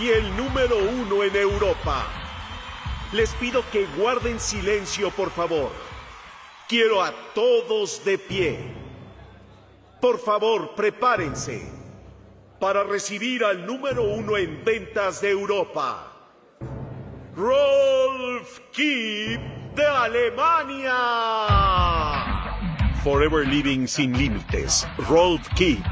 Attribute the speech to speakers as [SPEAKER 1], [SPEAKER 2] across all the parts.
[SPEAKER 1] y el número uno en Europa. Les pido que guarden silencio, por favor. Quiero a todos de pie. Por favor, prepárense para recibir al número uno en ventas de Europa. Rolf Kipp de Alemania. Forever Living Sin Límites, Rolf Kipp.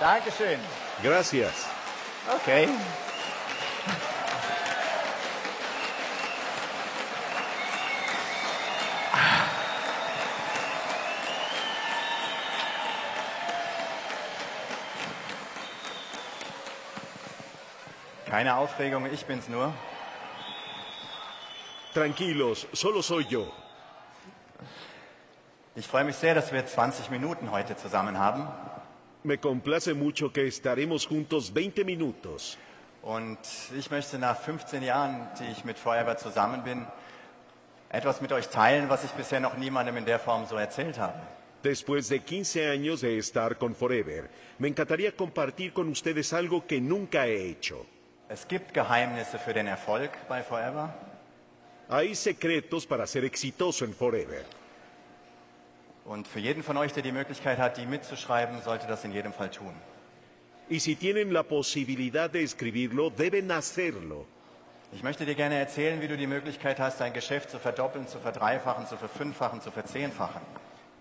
[SPEAKER 2] Dankeschön.
[SPEAKER 1] Gracias.
[SPEAKER 2] Okay. Keine Aufregung, ich bin's nur.
[SPEAKER 1] Tranquilos, solo soy yo.
[SPEAKER 2] Ich freue mich sehr, dass wir 20 Minuten heute zusammen haben.
[SPEAKER 1] Me complace mucho que estaremos juntos 20 minutos.
[SPEAKER 2] Und ich möchte nach 15 Jahren, die ich mit Forever zusammen bin, etwas mit euch teilen, was ich bisher noch niemandem in der Form so erzählt habe.
[SPEAKER 1] Después de 15 años de estar con Forever, me encantaría compartir con ustedes algo que nunca he hecho.
[SPEAKER 2] Es gibt Geheimnisse für den Erfolg bei Forever.
[SPEAKER 1] Hay secretos para ser exitoso en Forever.
[SPEAKER 2] Und für jeden von euch, der die Möglichkeit hat, die mitzuschreiben, sollte das in jedem Fall tun.
[SPEAKER 1] Y si tienen la posibilidad de escribirlo, deben hacerlo.
[SPEAKER 2] Ich möchte dir gerne erzählen, wie du die Möglichkeit hast, dein Geschäft zu verdoppeln, zu verdreifachen, zu verfünffachen, zu verzehnfachen.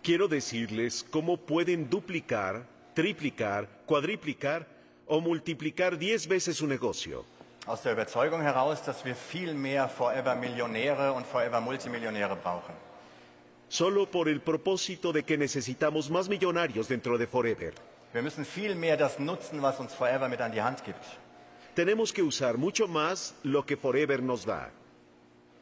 [SPEAKER 1] Quiero decirles cómo pueden duplicar, triplicar, cuadriplicar o multiplicar 10 veces su negocio.
[SPEAKER 2] Aus der Überzeugung heraus, dass wir viel mehr Forever Millionäre und Forever Multimillionäre brauchen.
[SPEAKER 1] Solo por el propósito de que necesitamos más millonarios dentro de Forever.
[SPEAKER 2] Wir müssen viel mehr das nutzen, was uns Forever mit an die Hand gibt.
[SPEAKER 1] Tenemos que usar mucho más lo que Forever nos da.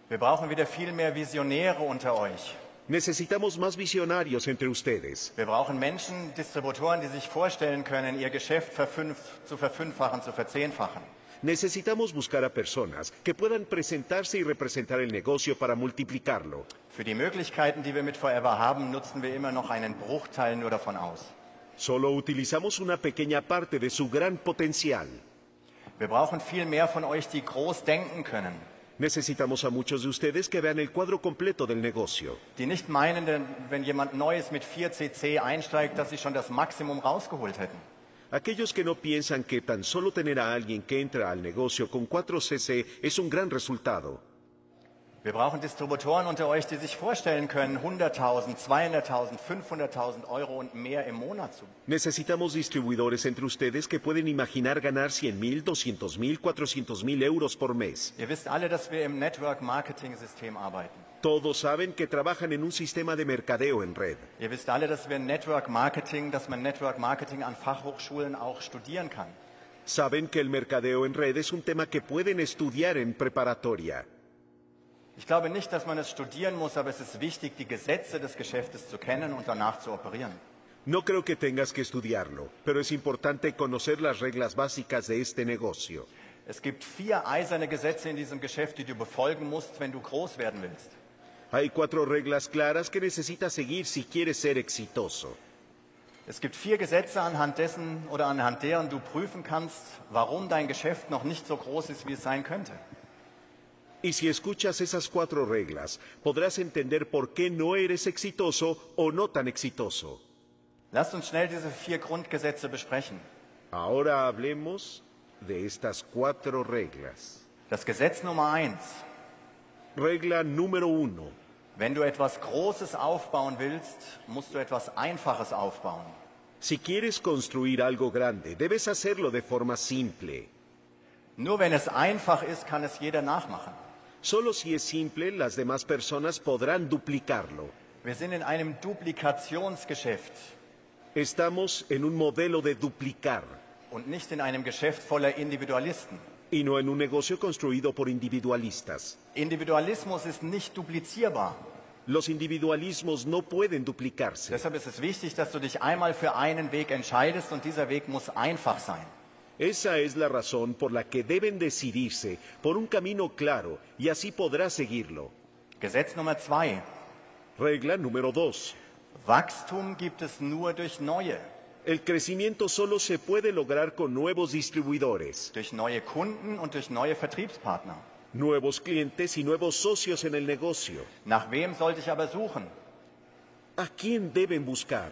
[SPEAKER 2] Wir brauchen wieder viel mehr Visionäre unter euch.
[SPEAKER 1] Necesitamos más visionarios entre ustedes.
[SPEAKER 2] Wir brauchen Menschen, Distributoren, die sich vorstellen können, ihr Geschäft verfünf, zu verfünffachen, zu verzehnfachen.
[SPEAKER 1] Necesitamos buscar a personas que puedan presentarse y representar el negocio para multiplicarlo.
[SPEAKER 2] Für die Möglichkeiten, die wir mit Forever haben, nutzen wir immer noch einen Bruchteil nur davon aus.
[SPEAKER 1] Solo utilizamos una pequeña parte de su gran potencial.
[SPEAKER 2] Wir brauchen viel mehr von euch, die groß denken können,
[SPEAKER 1] Necesitamos a muchos de ustedes que vean el cuadro completo del negocio,
[SPEAKER 2] die nicht meinen, denn wenn jemand Neues mit 4cc einsteigt, dass sie schon das Maximum rausgeholt hätten.
[SPEAKER 1] aquellos que no piensan que tan solo tener a alguien que entra al negocio con 4cc es un gran resultado.
[SPEAKER 2] Wir brauchen Distributoren unter euch, die sich vorstellen können, 100.000, 200.000, 500.000 Euro und mehr im Monat zu.
[SPEAKER 1] Necesitamos distribuidores entre ustedes que pueden imaginar ganar 100 mil, 200 mil, 400 mil euros por mes.
[SPEAKER 2] Ihr wisst alle, dass wir im Network-Marketing-System arbeiten.
[SPEAKER 1] Todos saben que trabajan en un sistema de mercadeo en red.
[SPEAKER 2] Ihr wisst alle, dass wir Network Marketing, dass man Network Marketing an Fachhochschulen auch studieren kann.
[SPEAKER 1] Saben que el mercadeo en red es un tema que pueden estudiar en preparatoria.
[SPEAKER 2] Ich glaube nicht, dass man es studieren muss, aber es ist wichtig, die Gesetze des Geschäftes zu kennen und danach zu operieren.
[SPEAKER 1] No creo que tengas que estudiarlo, pero es importante conocer las reglas básicas de este negocio.
[SPEAKER 2] Es gibt vier eiserne Gesetze in diesem Geschäft, die du befolgen musst, wenn du groß werden willst.
[SPEAKER 1] Hay cuatro reglas claras que necesitas seguir si quieres ser exitoso.
[SPEAKER 2] Es gibt vier Gesetze, anhand dessen oder anhand deren du prüfen kannst, warum dein Geschäft noch nicht so groß ist, wie es sein könnte.
[SPEAKER 1] Y si escuchas esas cuatro reglas, podrás entender por qué no eres exitoso o no tan exitoso.
[SPEAKER 2] Lasst uns schnell diese vier Grundgesetze besprechen.
[SPEAKER 1] Ahora hablemos de estas cuatro reglas.
[SPEAKER 2] Das Gesetz Nummer eins.
[SPEAKER 1] Regla número uno.
[SPEAKER 2] Wenn du etwas Großes aufbauen willst, musst du etwas Einfaches aufbauen.
[SPEAKER 1] Si quieres construir algo grande, debes hacerlo de forma simple.
[SPEAKER 2] Nur wenn es einfach ist, kann es jeder nachmachen.
[SPEAKER 1] Solo si es simple, las demás personas podrán duplicarlo.
[SPEAKER 2] Wir sind in einem Duplikationsgeschäft
[SPEAKER 1] Estamos en un modelo de duplicar,
[SPEAKER 2] und nicht in einem Geschäft voller Individualisten.
[SPEAKER 1] y no en un negocio construido por individualistas.
[SPEAKER 2] Individualismus ist nicht duplizierbar.
[SPEAKER 1] Los individualismos no pueden duplicarse.
[SPEAKER 2] Deshalb ist es wichtig, dass du dich einmal für einen Weg entscheidest und dieser Weg muss einfach sein.
[SPEAKER 1] Esa es la razón por la que deben decidirse por un camino claro y así podrás seguirlo.
[SPEAKER 2] Gesetz Nummer zwei.
[SPEAKER 1] Regla número dos.
[SPEAKER 2] Wachstum gibt es nur durch neue.
[SPEAKER 1] El crecimiento solo se puede lograr con nuevos distribuidores,
[SPEAKER 2] Durch neue Kunden und durch neue Vertriebspartner.
[SPEAKER 1] nuevos clientes y nuevos socios en el negocio.
[SPEAKER 2] Nach wem sollte ich aber suchen?
[SPEAKER 1] ¿A quién deben buscar?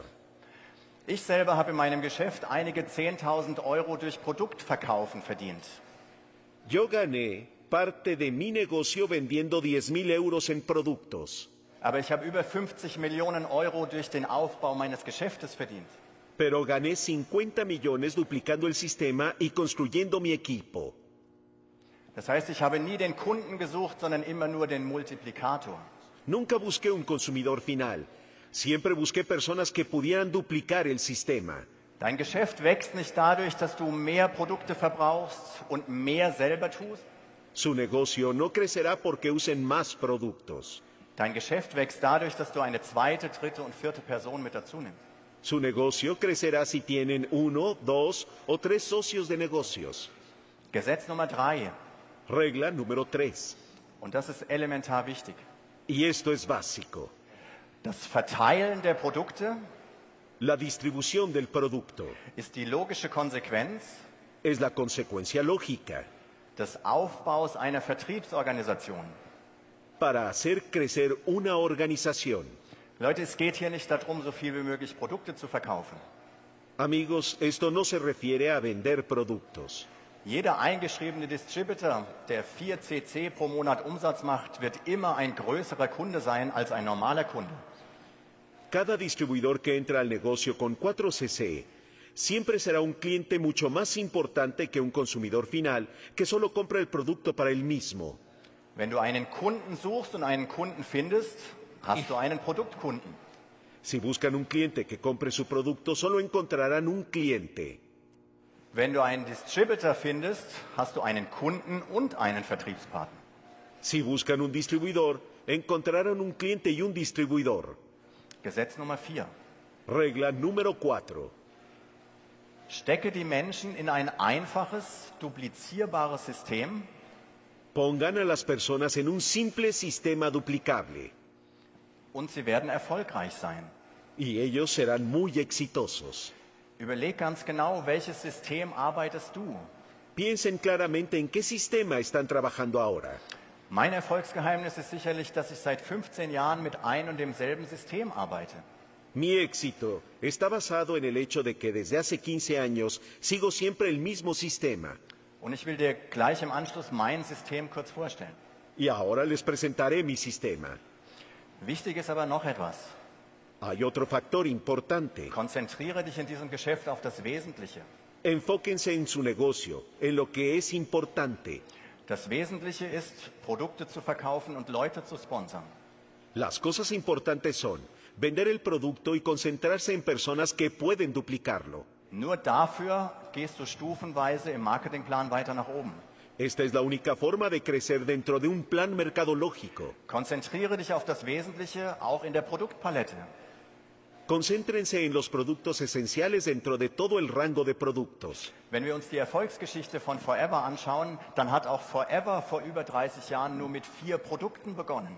[SPEAKER 2] Ich selber habe in meinem Geschäft einige 10.000 Euro durch Produktverkaufen verdient.
[SPEAKER 1] Yo gané parte de mi negocio vendiendo 10.000 euros en productos,
[SPEAKER 2] Aber ich habe über 50 Millionen Euro durch den Aufbau meines Geschäftes verdient.
[SPEAKER 1] pero gané 50 millones duplicando el sistema y construyendo mi equipo.
[SPEAKER 2] Das heißt, ich habe nie den Kunden gesucht, sondern immer nur den Multiplikator.
[SPEAKER 1] Nunca busqué un consumidor final, siempre busqué personas que pudieran duplicar el sistema.
[SPEAKER 2] Dein Geschäft wächst nicht dadurch, dass du mehr Produkte verbrauchst und mehr selber tust.
[SPEAKER 1] Su negocio no crecerá porque usen más productos.
[SPEAKER 2] Dein Geschäft wächst dadurch, dass du eine zweite, dritte und vierte Person mit dazu nimmst.
[SPEAKER 1] Su negocio crecerá si tienen uno, dos o tres socios de negocios.
[SPEAKER 2] Gesetz Nummer drei.
[SPEAKER 1] Regla número tres.
[SPEAKER 2] Und das ist elementar wichtig.
[SPEAKER 1] Y esto es básico.
[SPEAKER 2] Das Verteilen der Produkte
[SPEAKER 1] La distribución del producto
[SPEAKER 2] ist die logische Konsequenz
[SPEAKER 1] es la consecuencia lógica.
[SPEAKER 2] des Aufbaus einer Vertriebsorganisation.
[SPEAKER 1] Para hacer crecer una organización,
[SPEAKER 2] Leute, es geht hier nicht darum, so viel wie möglich Produkte zu verkaufen.
[SPEAKER 1] amigos, esto no se refiere a vender productos.
[SPEAKER 2] Jeder eingeschriebene Distributor, der 4 CC pro Monat Umsatz macht, wird immer ein größerer Kunde sein als ein normaler Kunde.
[SPEAKER 1] Cada distribuidor que entra al negocio con 4CC E siempre será un cliente mucho más importante que un consumidor final que solo compra el producto para él mismo.
[SPEAKER 2] Wenn du einen Kunden suchst und einen Kunden findest, hast du einen Produktkunden.
[SPEAKER 1] Si buscan un cliente que compre su producto, solo encontrarán un cliente.
[SPEAKER 2] Wenn du einen Distributor findest, hast du einen Kunden und einen Vertriebspartner.
[SPEAKER 1] Si buscan un distribuidor, encontrarán un cliente y un distribuidor.
[SPEAKER 2] Gesetz Nummer 4.
[SPEAKER 1] Regla número 4.
[SPEAKER 2] Stecke die Menschen in ein einfaches, duplizierbares System
[SPEAKER 1] Pongan a las personas en un simple sistema duplicable
[SPEAKER 2] und sie werden erfolgreich sein.
[SPEAKER 1] y ellos serán muy exitosos.
[SPEAKER 2] Überleg ganz genau, welches System arbeitest du?
[SPEAKER 1] Piensen claramente en qué sistema están trabajando ahora.
[SPEAKER 2] Mein Erfolgsgeheimnis ist sicherlich, dass ich seit 15 Jahren mit ein und demselben System arbeite.
[SPEAKER 1] Mi éxito está basado en el hecho de que desde hace 15 años sigo siempre el mismo sistema
[SPEAKER 2] Und ich will dir gleich im Anschluss mein System kurz vorstellen.
[SPEAKER 1] y ahora les presentaré mi sistema.
[SPEAKER 2] Wichtig ist aber noch etwas.
[SPEAKER 1] Hay otro factor importante.
[SPEAKER 2] Konzentriere dich in diesem Geschäft auf das Wesentliche.
[SPEAKER 1] Enfóquense en su negocio, en lo que es importante.
[SPEAKER 2] Das Wesentliche ist, Produkte zu verkaufen und Leute zu sponsern.
[SPEAKER 1] Las cosas importantes son vender el producto y concentrarse en personas que pueden duplicarlo.
[SPEAKER 2] Nur dafür gehst du stufenweise im Marketingplan weiter nach oben.
[SPEAKER 1] Esta es la única forma de crecer dentro de un plan mercadológico.
[SPEAKER 2] Konzentriere dich auf das Wesentliche auch in der Produktpalette.
[SPEAKER 1] Concéntrense en los productos esenciales dentro de todo el rango de productos.
[SPEAKER 2] Wenn wir uns die Erfolgsgeschichte von Forever anschauen, dann hat auch Forever vor über 30 Jahren nur mit vier Produkten begonnen.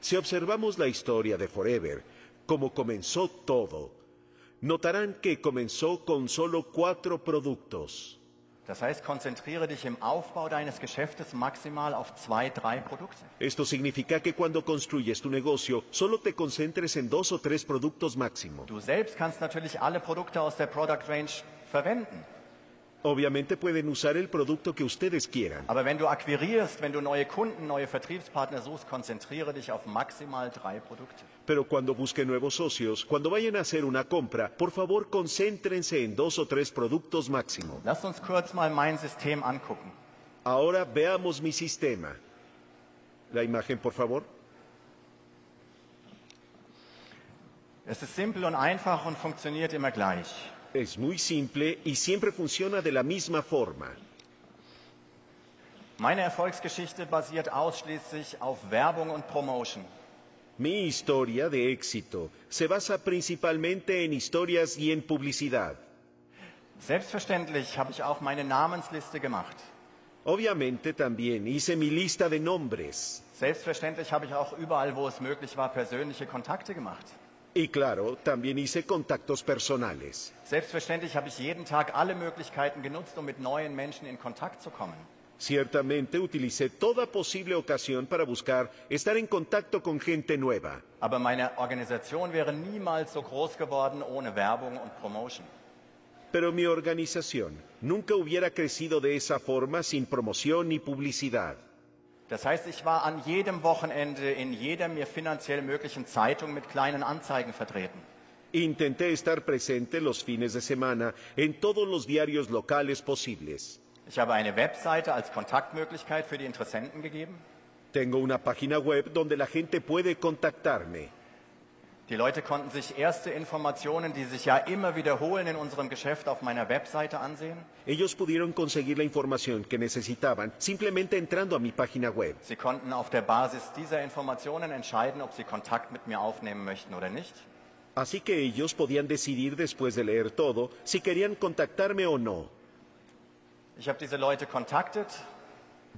[SPEAKER 1] Si observamos la historia de Forever, como comenzó todo, notarán que comenzó con solo cuatro productos.
[SPEAKER 2] Das heißt, konzentriere dich im Aufbau deines Geschäftes maximal auf zwei, drei Produkte.
[SPEAKER 1] Esto significa que cuando construyes tu negocio, solo te concentres en dos o tres productos máximo.
[SPEAKER 2] Du selbst kannst natürlich alle Produkte aus der Product Range verwenden.
[SPEAKER 1] Obviamente pueden usar el producto que ustedes quieran,
[SPEAKER 2] Aber wenn du akquirierst, wenn du neue Kunden, neue Vertriebspartner suchst, konzentriere dich auf maximal drei Produkte.
[SPEAKER 1] pero cuando busquen nuevos socios, cuando vayan a hacer una compra, por favor concéntrense en dos o tres productos máximo.
[SPEAKER 2] Lass uns kurz mal mein System angucken.
[SPEAKER 1] Ahora veamos mi sistema. La imagen, por favor.
[SPEAKER 2] Es ist simpel und einfach und funktioniert immer gleich.
[SPEAKER 1] Es muy simple y siempre funciona de la misma forma.
[SPEAKER 2] Meine Erfolgsgeschichte basiert ausschließlich auf Werbung und Promotion.
[SPEAKER 1] Mi historia de éxito se basa principalmente en historias y en publicidad.
[SPEAKER 2] Selbstverständlich habe ich auch meine Namensliste gemacht.
[SPEAKER 1] Obviamente también hice mi lista de nombres
[SPEAKER 2] Selbstverständlich habe ich auch überall, wo es möglich war, persönliche Kontakte gemacht.
[SPEAKER 1] y claro, también hice contactos personales.
[SPEAKER 2] Selbstverständlich habe ich jeden Tag alle Möglichkeiten genutzt, um mit neuen Menschen in Kontakt zu kommen.
[SPEAKER 1] Ciertamente utilicé toda posible ocasión para buscar estar en contacto con gente nueva.
[SPEAKER 2] Aber meine Organisation wäre niemals so groß geworden ohne Werbung und Promotion.
[SPEAKER 1] Pero mi organización nunca hubiera crecido de esa forma sin promoción ni publicidad.
[SPEAKER 2] Das heißt, ich war an jedem Wochenende in jeder mir finanziell möglichen Zeitung mit kleinen Anzeigen vertreten.
[SPEAKER 1] Intenté estar presente los fines de semana en todos los diarios locales posibles.
[SPEAKER 2] Ich habe eine Webseite als Kontaktmöglichkeit für die Interessenten gegeben.
[SPEAKER 1] Tengo una página web donde la gente puede contactarme.
[SPEAKER 2] Die Leute konnten sich erste Informationen, die sich ja immer wiederholen in unserem Geschäft, auf meiner Webseite ansehen.
[SPEAKER 1] Ellos pudieron conseguir la información que necesitaban simplemente entrando a mi página web.
[SPEAKER 2] Sie konnten auf der Basis dieser Informationen entscheiden, ob sie Kontakt mit mir aufnehmen möchten oder nicht.
[SPEAKER 1] Así que ellos podían decidir después de leer todo si querían contactarme o no.
[SPEAKER 2] Ich habe diese Leute kontaktet,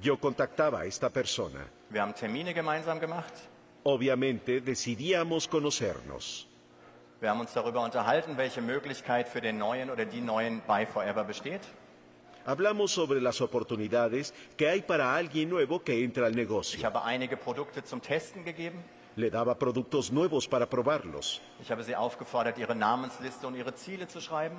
[SPEAKER 1] Yo contactaba a esta persona.
[SPEAKER 2] wir haben Termine gemeinsam gemacht,
[SPEAKER 1] Obviamente decidíamos conocernos.
[SPEAKER 2] wir haben uns darüber unterhalten, welche Möglichkeit für den Neuen oder die Neuen bei Forever besteht.
[SPEAKER 1] Hablamos sobre las oportunidades que hay para alguien nuevo que entra al
[SPEAKER 2] Ich
[SPEAKER 1] negocio.
[SPEAKER 2] habe einige Produkte zum Testen gegeben.
[SPEAKER 1] Le daba productos nuevos para probarlos.
[SPEAKER 2] Ich habe sie aufgefordert, ihre Namensliste und ihre Ziele zu schreiben.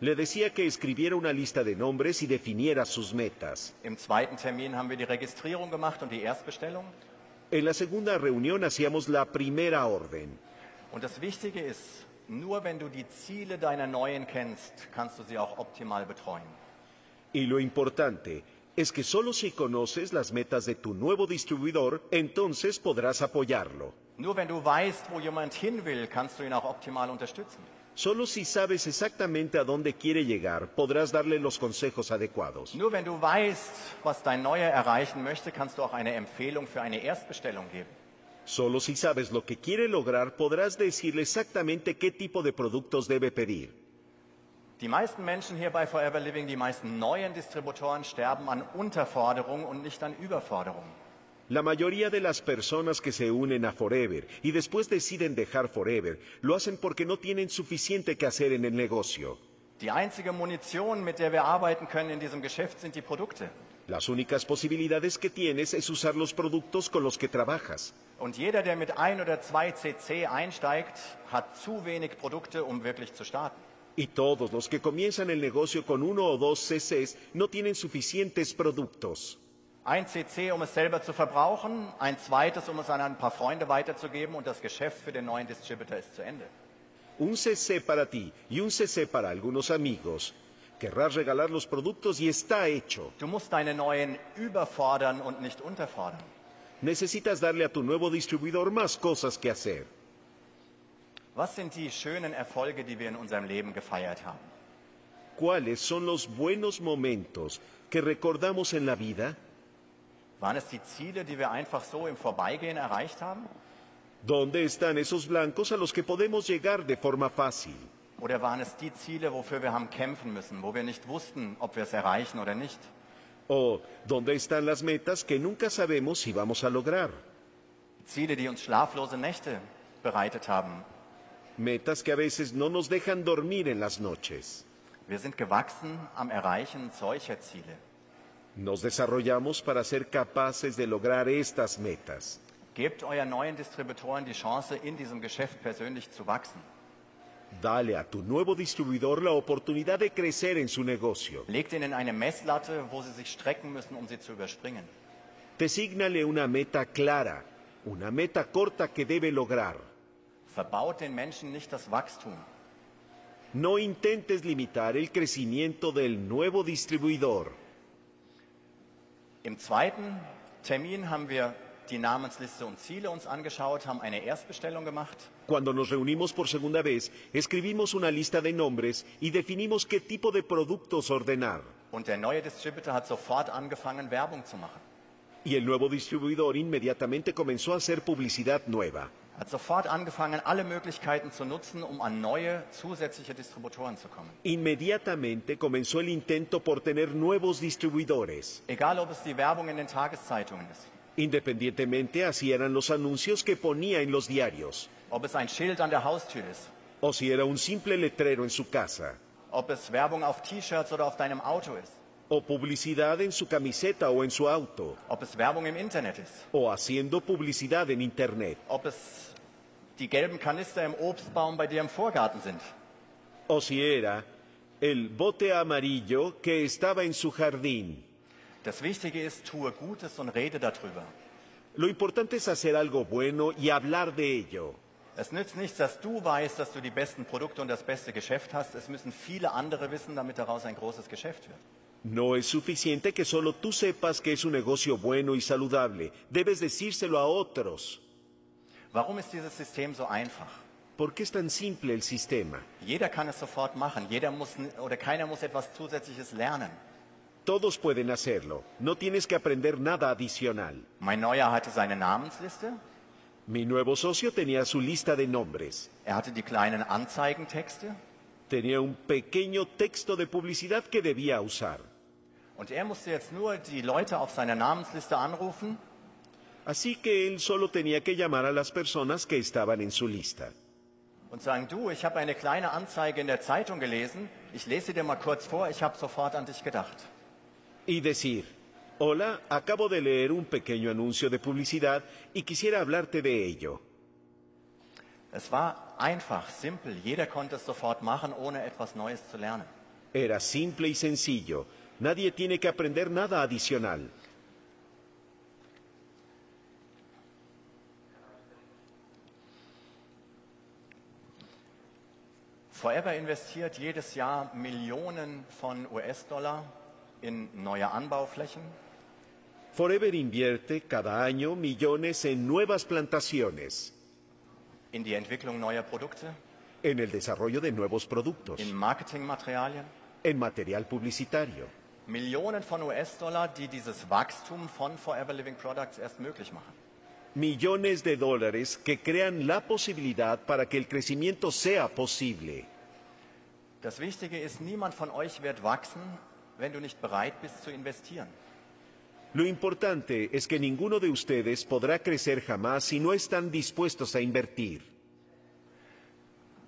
[SPEAKER 1] Le decía que escribiera una lista de nombres y definiera sus metas.
[SPEAKER 2] Im zweiten Termin haben wir die Registrierung gemacht und die Erstbestellung.
[SPEAKER 1] En la segunda reunión hacíamos la primera orden.
[SPEAKER 2] Und das Wichtige ist, nur wenn du die Ziele deiner Neuen kennst, kannst du sie auch optimal betreuen.
[SPEAKER 1] Y lo importante es que solo si conoces las metas de tu nuevo distribuidor, entonces podrás apoyarlo.
[SPEAKER 2] Nur wenn du weißt, wo jemand hin will, kannst du ihn auch optimal unterstützen.
[SPEAKER 1] Solo si sabes exactamente a dónde quiere llegar, podrás darle los consejos adecuados.
[SPEAKER 2] Nur wenn du weißt, was dein Neuer erreichen möchte, kannst du auch eine Empfehlung für eine Erstbestellung geben.
[SPEAKER 1] Solo si sabes lo que quiere lograr, podrás decirle exactamente qué tipo de productos debe pedir.
[SPEAKER 2] Die meisten Menschen hier bei Forever Living, die meisten neuen Distributoren sterben an Unterforderung und nicht an Überforderung.
[SPEAKER 1] La mayoría de las personas que se unen a Forever y después deciden dejar Forever, lo hacen porque no tienen suficiente que hacer en el negocio.
[SPEAKER 2] Die einzige Munition, mit der wir arbeiten können in diesem Geschäft, sind die Produkte.
[SPEAKER 1] Las únicas posibilidades que tienes es usar los productos con los que trabajas.
[SPEAKER 2] Und jeder, der mit ein oder zwei CC einsteigt, hat zu wenig Produkte, um wirklich zu starten.
[SPEAKER 1] Y todos los que comienzan el negocio con uno o dos CCs no tienen suficientes productos.
[SPEAKER 2] Ein CC, um es selber zu verbrauchen, ein zweites, um es an ein paar Freunde weiterzugeben und das Geschäft für den neuen Distributor ist zu Ende.
[SPEAKER 1] Un CC para ti y un CC para algunos amigos. Querrás regalar los productos y está hecho.
[SPEAKER 2] Du musst deine neuen überfordern und nicht unterfordern.
[SPEAKER 1] Necesitas darle a tu nuevo distribuidor más cosas que hacer.
[SPEAKER 2] Was sind die schönen Erfolge, die wir in unserem Leben gefeiert haben?
[SPEAKER 1] ¿Cuáles son los buenos momentos que recordamos en la vida?
[SPEAKER 2] Waren es die Ziele, die wir einfach so im Vorbeigehen erreicht haben?
[SPEAKER 1] ¿Dónde están esos blancos a los que podemos llegar de forma fácil?
[SPEAKER 2] Oder waren es die Ziele, wofür wir haben kämpfen müssen, wo wir nicht wussten, ob wir es erreichen oder nicht?
[SPEAKER 1] ¿O dónde están las metas que nunca sabemos si vamos a lograr?
[SPEAKER 2] Ziele, die uns schlaflose Nächte bereitet haben.
[SPEAKER 1] Metas que a veces no nos dejan dormir en las noches.
[SPEAKER 2] Wir sind gewachsen am Erreichen solcher Ziele.
[SPEAKER 1] Nos desarrollamos para ser capaces de lograr estas metas.
[SPEAKER 2] Gebt euren neuen Distributoren die Chance, in diesem Geschäft persönlich zu wachsen.
[SPEAKER 1] Dale a tu nuevo distribuidor la oportunidad de crecer en su negocio.
[SPEAKER 2] Legt ihnen eine Messlatte, wo sie sich strecken müssen, um sie zu überspringen.
[SPEAKER 1] Desígnale una meta clara, una meta corta que debe lograr.
[SPEAKER 2] Verbaut den Menschen nicht das Wachstum.
[SPEAKER 1] No intentes limitar el crecimiento del nuevo distribuidor.
[SPEAKER 2] Im zweiten Termin haben wir die Namensliste und Ziele uns angeschaut, haben eine Erstbestellung gemacht.
[SPEAKER 1] Cuando nos reunimos por segunda vez, escribimos una lista de nombres y definimos qué tipo de productos ordenar.
[SPEAKER 2] Und der neue Distributor hat sofort angefangen, Werbung zu machen.
[SPEAKER 1] Y el nuevo distribuidor inmediatamente comenzó a hacer publicidad nueva.
[SPEAKER 2] Hat sofort angefangen, alle Möglichkeiten zu nutzen, um an neue, zusätzliche Distributoren zu kommen.
[SPEAKER 1] Inmediatamente comenzó el intento por tener nuevos distribuidores.
[SPEAKER 2] Egal, ob es die Werbung in den Tageszeitungen ist,
[SPEAKER 1] Independientemente así eran los anuncios que ponía en los diarios,
[SPEAKER 2] ob es ein Schild an der Haustür ist,
[SPEAKER 1] o si era un simple letrero en su casa,
[SPEAKER 2] ob es Werbung auf T-Shirts oder auf deinem Auto ist,
[SPEAKER 1] o publicidad en su camiseta o en su auto,
[SPEAKER 2] ob es Werbung im Internet ist,
[SPEAKER 1] o haciendo publicidad en Internet,
[SPEAKER 2] ob es die gelben Kanister im Obstbaum bei dir im Vorgarten sind.
[SPEAKER 1] o si era el bote amarillo que estaba en su jardín.
[SPEAKER 2] Das Wichtige ist, tue Gutes und rede darüber.
[SPEAKER 1] Lo importante es hacer algo bueno y hablar de ello.
[SPEAKER 2] Es nützt nichts, dass du weißt, dass du die besten Produkte und das beste Geschäft hast. Es müssen viele andere wissen, damit daraus ein großes Geschäft wird.
[SPEAKER 1] No es suficiente que solo tú sepas que es un negocio bueno y saludable. Debes decírselo a otros.
[SPEAKER 2] Warum ist dieses System so einfach?
[SPEAKER 1] ¿Por qué es tan simple el sistema?
[SPEAKER 2] Jeder kann es sofort machen. Jeder muss n- oder keiner muss etwas Zusätzliches lernen.
[SPEAKER 1] Todos pueden hacerlo. No tienes que aprender nada adicional.
[SPEAKER 2] Mein Neuer hatte seine Namensliste.
[SPEAKER 1] Mi nuevo socio tenía su lista de nombres.
[SPEAKER 2] Er hatte die kleinen Anzeigentexte.
[SPEAKER 1] Tenía un pequeño texto de publicidad que debía usar.
[SPEAKER 2] Und er musste jetzt nur die Leute auf seiner Namensliste anrufen
[SPEAKER 1] Así que él solo tenía que llamar a las personas que estaban en su lista.
[SPEAKER 2] und sagen, du, ich habe eine kleine Anzeige in der Zeitung gelesen. Ich lese sie dir mal kurz vor. Ich habe sofort an dich gedacht.
[SPEAKER 1] Y decir, hola, acabo de leer un pequeño anuncio de publicidad y quisiera hablarte de ello.
[SPEAKER 2] Es war einfach, simpel. Jeder konnte es sofort machen, ohne etwas Neues zu lernen.
[SPEAKER 1] Era simple y sencillo. Nadie tiene que aprender nada adicional.
[SPEAKER 2] Forever investiert jedes Jahr Millionen von US-Dollar in neue Anbauflächen,
[SPEAKER 1] Forever invierte cada año millones en nuevas plantaciones,
[SPEAKER 2] in die Entwicklung neuer Produkte,
[SPEAKER 1] en el desarrollo de nuevos productos,
[SPEAKER 2] in Marketingmaterialien.
[SPEAKER 1] en material publicitario.
[SPEAKER 2] Millionen von US-Dollar, die dieses Wachstum von Forever Living Products erst möglich machen.
[SPEAKER 1] Millones de dólares que crean la posibilidad para que el crecimiento sea posible.
[SPEAKER 2] Das Wichtige ist, niemand von euch wird wachsen, wenn du nicht bereit bist zu investieren.
[SPEAKER 1] Lo importante es que ninguno de ustedes podrá crecer jamás si no están dispuestos a invertir.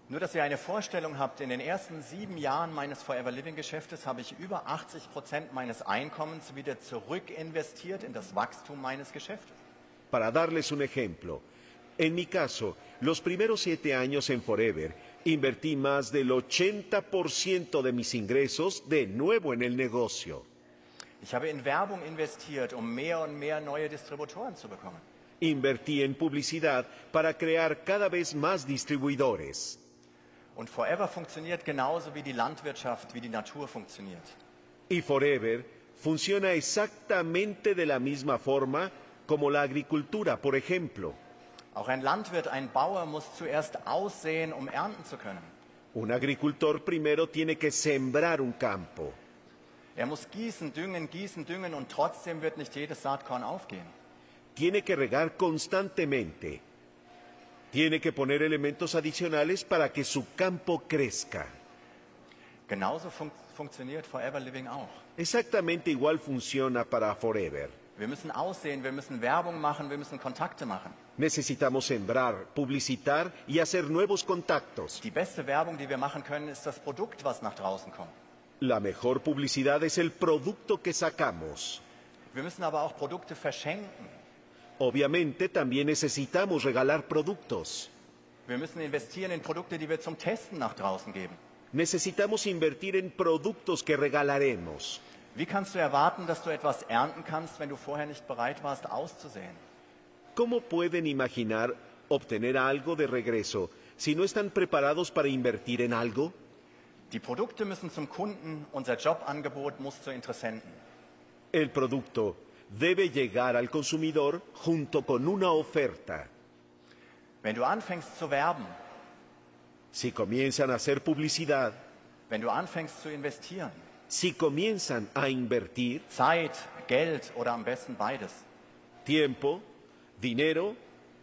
[SPEAKER 2] Nur, dass ihr eine Vorstellung habt, in den ersten sieben Jahren meines Forever Living Geschäftes habe ich über 80 Prozent meines Einkommens wieder zurück investiert in das Wachstum meines Geschäftes.
[SPEAKER 1] Para darles un ejemplo, en mi caso, los primeros siete años en Forever invertí más del 80% de mis ingresos de nuevo en el negocio.
[SPEAKER 2] Ich habe in Werbung investiert, um mehr und mehr neue Distributoren zu bekommen.
[SPEAKER 1] Invertí en publicidad para crear cada vez más distribuidores.
[SPEAKER 2] Und Forever funktioniert genauso wie die Landwirtschaft, wie die Natur funktioniert.
[SPEAKER 1] Y Forever funciona exactamente de la misma forma como la agricultura, por ejemplo.
[SPEAKER 2] Auch ein Landwirt, ein Bauer muss zuerst aussehen, um ernten zu können.
[SPEAKER 1] Un agricultor primero tiene que sembrar un campo.
[SPEAKER 2] Er muss gießen, düngen, gießen, düngen und trotzdem wird nicht jedes Saatkorn aufgehen.
[SPEAKER 1] Tiene que regar constantemente. Tiene que poner elementos adicionales para que su campo crezca.
[SPEAKER 2] Genauso fun funktioniert Forever Living auch.
[SPEAKER 1] Exactamente igual funciona para Forever.
[SPEAKER 2] Wir müssen aussehen, wir müssen Werbung machen, wir müssen Kontakte machen.
[SPEAKER 1] Necesitamos sembrar, publicitar y hacer nuevos contactos.
[SPEAKER 2] Die beste Werbung, die wir machen können, ist das Produkt, was nach draußen kommt.
[SPEAKER 1] La mejor publicidad es el producto que sacamos.
[SPEAKER 2] Wir müssen aber auch Produkte verschenken.
[SPEAKER 1] Obviamente también necesitamos regalar productos.
[SPEAKER 2] Wir müssen investieren in Produkte, die wir zum Testen nach draußen geben.
[SPEAKER 1] Necesitamos invertir en productos que regalaremos.
[SPEAKER 2] Wie kannst du erwarten, dass du etwas ernten kannst, wenn du vorher nicht bereit warst, auszusehen?
[SPEAKER 1] ¿Cómo pueden imaginar obtener algo de regreso si no están preparados para invertir en algo?
[SPEAKER 2] Die Produkte müssen zum Kunden, unser Jobangebot muss zu Interessenten.
[SPEAKER 1] El producto debe llegar al consumidor junto con una oferta.
[SPEAKER 2] Wenn du anfängst zu werben,
[SPEAKER 1] Si comienzan a hacer publicidad,
[SPEAKER 2] wenn du anfängst zu investieren,
[SPEAKER 1] Si comienzan a invertir
[SPEAKER 2] Zeit, Geld oder am besten beides.
[SPEAKER 1] tiempo, dinero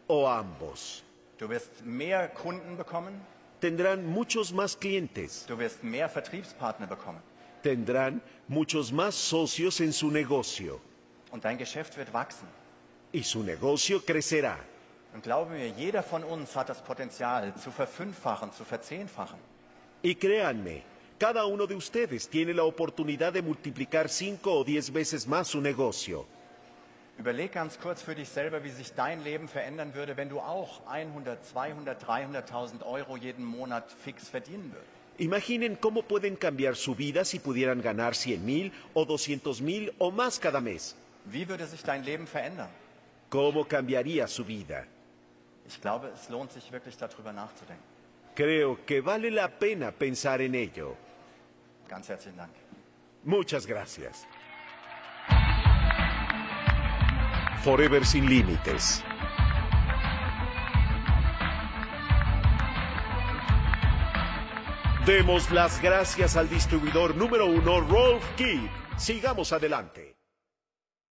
[SPEAKER 1] o ambos,
[SPEAKER 2] Du wirst mehr Kunden bekommen,
[SPEAKER 1] tendrán muchos más clientes,
[SPEAKER 2] du wirst mehr Vertriebspartner bekommen
[SPEAKER 1] tendrán muchos más socios en su negocio
[SPEAKER 2] und dein Geschäft wird wachsen.
[SPEAKER 1] y su negocio crecerá.
[SPEAKER 2] Und glaube mir, jeder von uns hat das Potenzial zu verfünffachen, zu verzehnfachen.
[SPEAKER 1] Y créanme, cada uno de ustedes tiene la oportunidad de multiplicar cinco o diez veces más su negocio.
[SPEAKER 2] Überleg ganz kurz für dich selber, wie sich dein Leben verändern würde, wenn du auch 100, 200, 300.000 Euro jeden Monat fix verdienen würdest.
[SPEAKER 1] Imaginen cómo pueden cambiar su vida si pudieran ganar 100 mil o 200 mil o más cada mes.
[SPEAKER 2] Wie würde sich dein Leben verändern?
[SPEAKER 1] ¿Cómo cambiaría su vida?
[SPEAKER 2] Ich glaube, es lohnt sich wirklich darüber nachzudenken.
[SPEAKER 1] Creo que vale la pena pensar en ello.
[SPEAKER 2] Ganz herzlichen Dank.
[SPEAKER 1] Muchas gracias. Forever sin límites. Demos las gracias al distribuidor número uno, Rolf Kidd. Sigamos adelante.